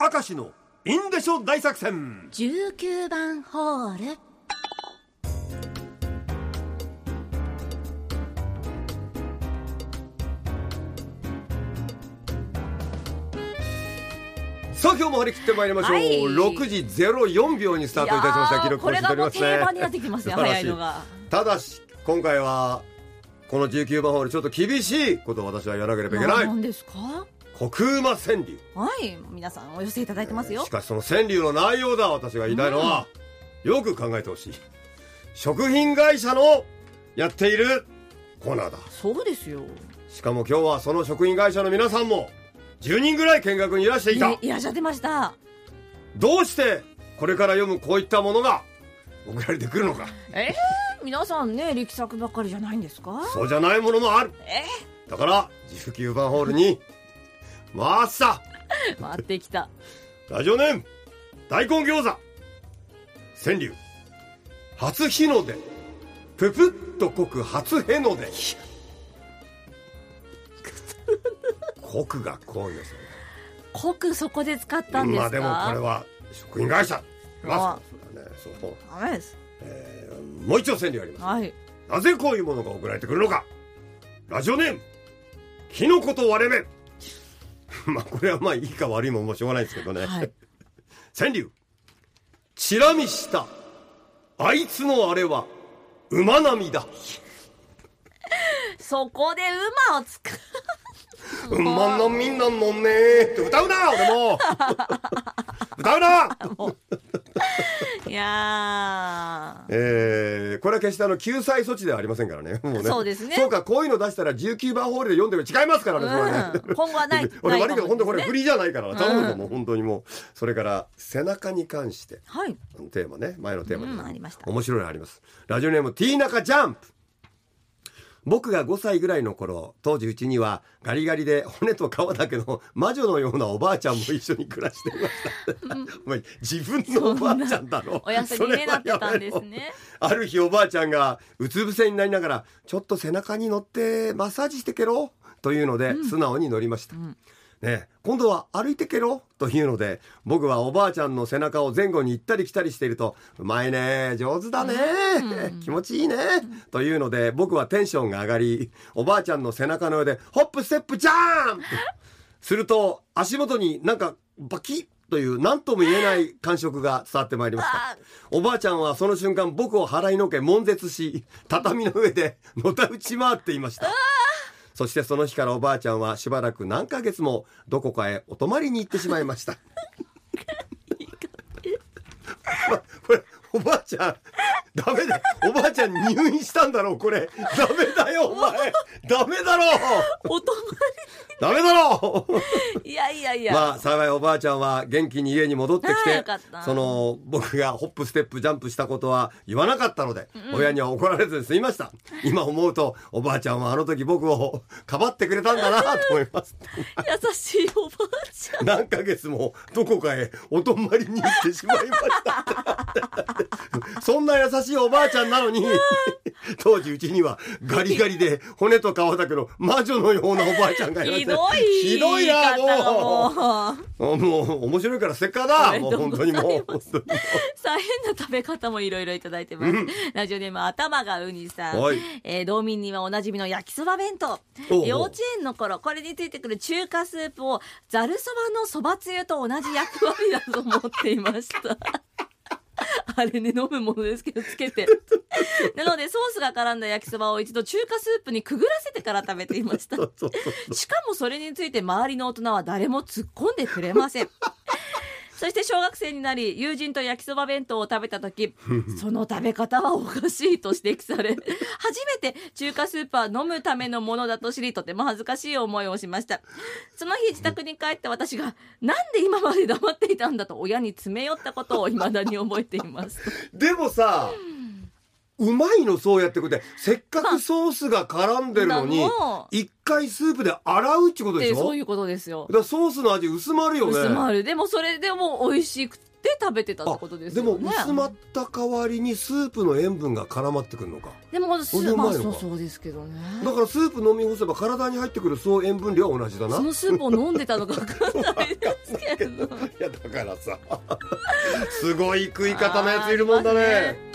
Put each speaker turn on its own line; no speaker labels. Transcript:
明石のインデショ大作戦
19番ホール
さあ今日も張り切ってまいりましょう、
はい
6時04秒にスタートいたしました記録
こ
更
れ
新しており
がもう
ますね
定番になってきますね
素晴ら
早
し
いのが
ただし今回はこの19番ホールちょっと厳しいことを私はやらなければいけな
ないんですか
コクーマ川柳
はい皆さんお寄せいただいてますよ
し、かしその川柳の内容だ私が言いたいのは、よく考えてほしい食品会社のやっているコーナーだ
そうですよ
しかも今日はその食品会社の皆さんも10人ぐらい見学にいらしていた
いいらっしゃってました
どうしてこれから読むこういったものが送られてくるのか
えー、皆さんね力作ばっかりじゃないんですか
そうじゃないものもある
え
だから19番ホールに回した
ー、回ってきた
ラジオネーム大根餃子川柳初日の出ぷぷっと濃く初への出濃くが濃いですよね
濃くそこで使ったんです
ま
か
あでもこれは食品会社ま
あ
あねそう、
ダメです
えーもう一度川柳あります
はい
なぜこういうものが送られてくるのかラジオネームキノコと割れ目 まあこれはまあいいか悪いもんもしょうがないですけどね、
はい
川柳チラ見したあいつのあれは馬並みだ
そこで馬を使う
馬並みなのねって歌うな俺 も歌うな
いや
えー、これは決してあの救済措置ではありませんからねもうね
そうですね
そうかこういうの出したら19番ホールで読んでも違いますからね、それはね
ー、うん、今後はない
俺
な
悪いけど
か
本
も
当これ
です
振
ね
りじゃないから頼むのも
う
う本当にもうそれから背中に関して
はい
テーマね前のテーマで、
うんありました
面白いのありますラジオネーム T 中ジャンプ僕が5歳ぐらいの頃当時うちにはガリガリで骨と皮だけの魔女のようなおばあちゃんも一緒に暮らしていました、お前自分のおばあちゃんだろ
お痩せ
そ
に
れ
ねな
は
って
や
た
め
んです
ろ
ね
ある日おばあちゃんがうつ伏せになりながら「ちょっと背中に乗ってマッサージしてけろ」というので素直に乗りました。
ん
ねえ今度は歩いてけろというので僕はおばあちゃんの背中を前後に行ったり来たりしていると「うまいね上手だね、気持ちいいね」というので僕はテンションが上がりおばあちゃんの背中の上で「ホップステップジャーンプ!」すると足元になんかバキッという何とも言えない感触が伝わってまいりました。
あ
おばあちゃんはその瞬間僕を払いのけ悶絶し畳の上で のた打ち回っていましたそしてその日からおばあちゃんはしばらく何ヶ月もどこかへお泊まりに行ってしまいましたまこれおばあちゃんダメだおばあちゃん入院したんだろうこれダメだよお前ダメだろう
お泊
ダメだろう
まりいやいやいや、
まあ幸いおばあちゃんは元気に家に戻ってき
ああ
て
よかった
その僕がホップステップジャンプしたことは言わなかったので、親には怒られずに済みました今思うとおばあちゃんはあの時僕をかばってくれたんだなと思い ます
優しいおばあちゃん
何ヶ月もどこかへお泊まりに行ってしまいました そんな優しいおばあちゃんな のに当時うちにはガリガリで骨と皮だけど魔女のようなおばあちゃ んがいらっし
ひ
ゃる
どい
ひどいな
言い方が
もう
もう
あもう面白いからステッカー
あ
だ
り
も
が
う本
とう
当
ござ
に
います
もう本当に
大変な食べ方もいろいろいただいてます、ラジオネーム頭がウニさん、
はい
えー道民にはおなじみの焼きそば弁当
おう
幼稚園の頃これについてくる中華スープをざるそばのそばつゆと同じ役割だと思っていました あれね飲むものですけど つけてなのでソースが絡んだ焼きそばを一度中華スープにくぐらせてから食べていました
そうそうそう
しかもそれについて周りの大人は誰も突っ込んでくれません。そして小学生になり友人と焼きそば弁当を食べた時その食べ方はおかしいと指摘され初めて中華スープは飲むためのものだと知りとても恥ずかしい思いをしましたその日自宅に帰った私がなんで今まで黙っていたんだと親に詰め寄ったことを未だに覚えています
でもさうまいのそうやってくれてせっかくソースが絡んでるのに
まあもう
一回スープで洗うってことでし
で
ょ
そういうことですよ
だからソースの味薄まるよね
薄まるでもそれでも美味しくて食べてたってことですよね
あでも薄まった代わりにスープの塩分が絡まってくるのか
でもス
それでうまい
ま
の
あ
か
そうそうですけどね
だからスープ飲み干せば体に入ってくる総塩分量は同じだな
そのスープを飲んでたのか分かんないですけど
いやだからさすごい食い方のやついるもんだね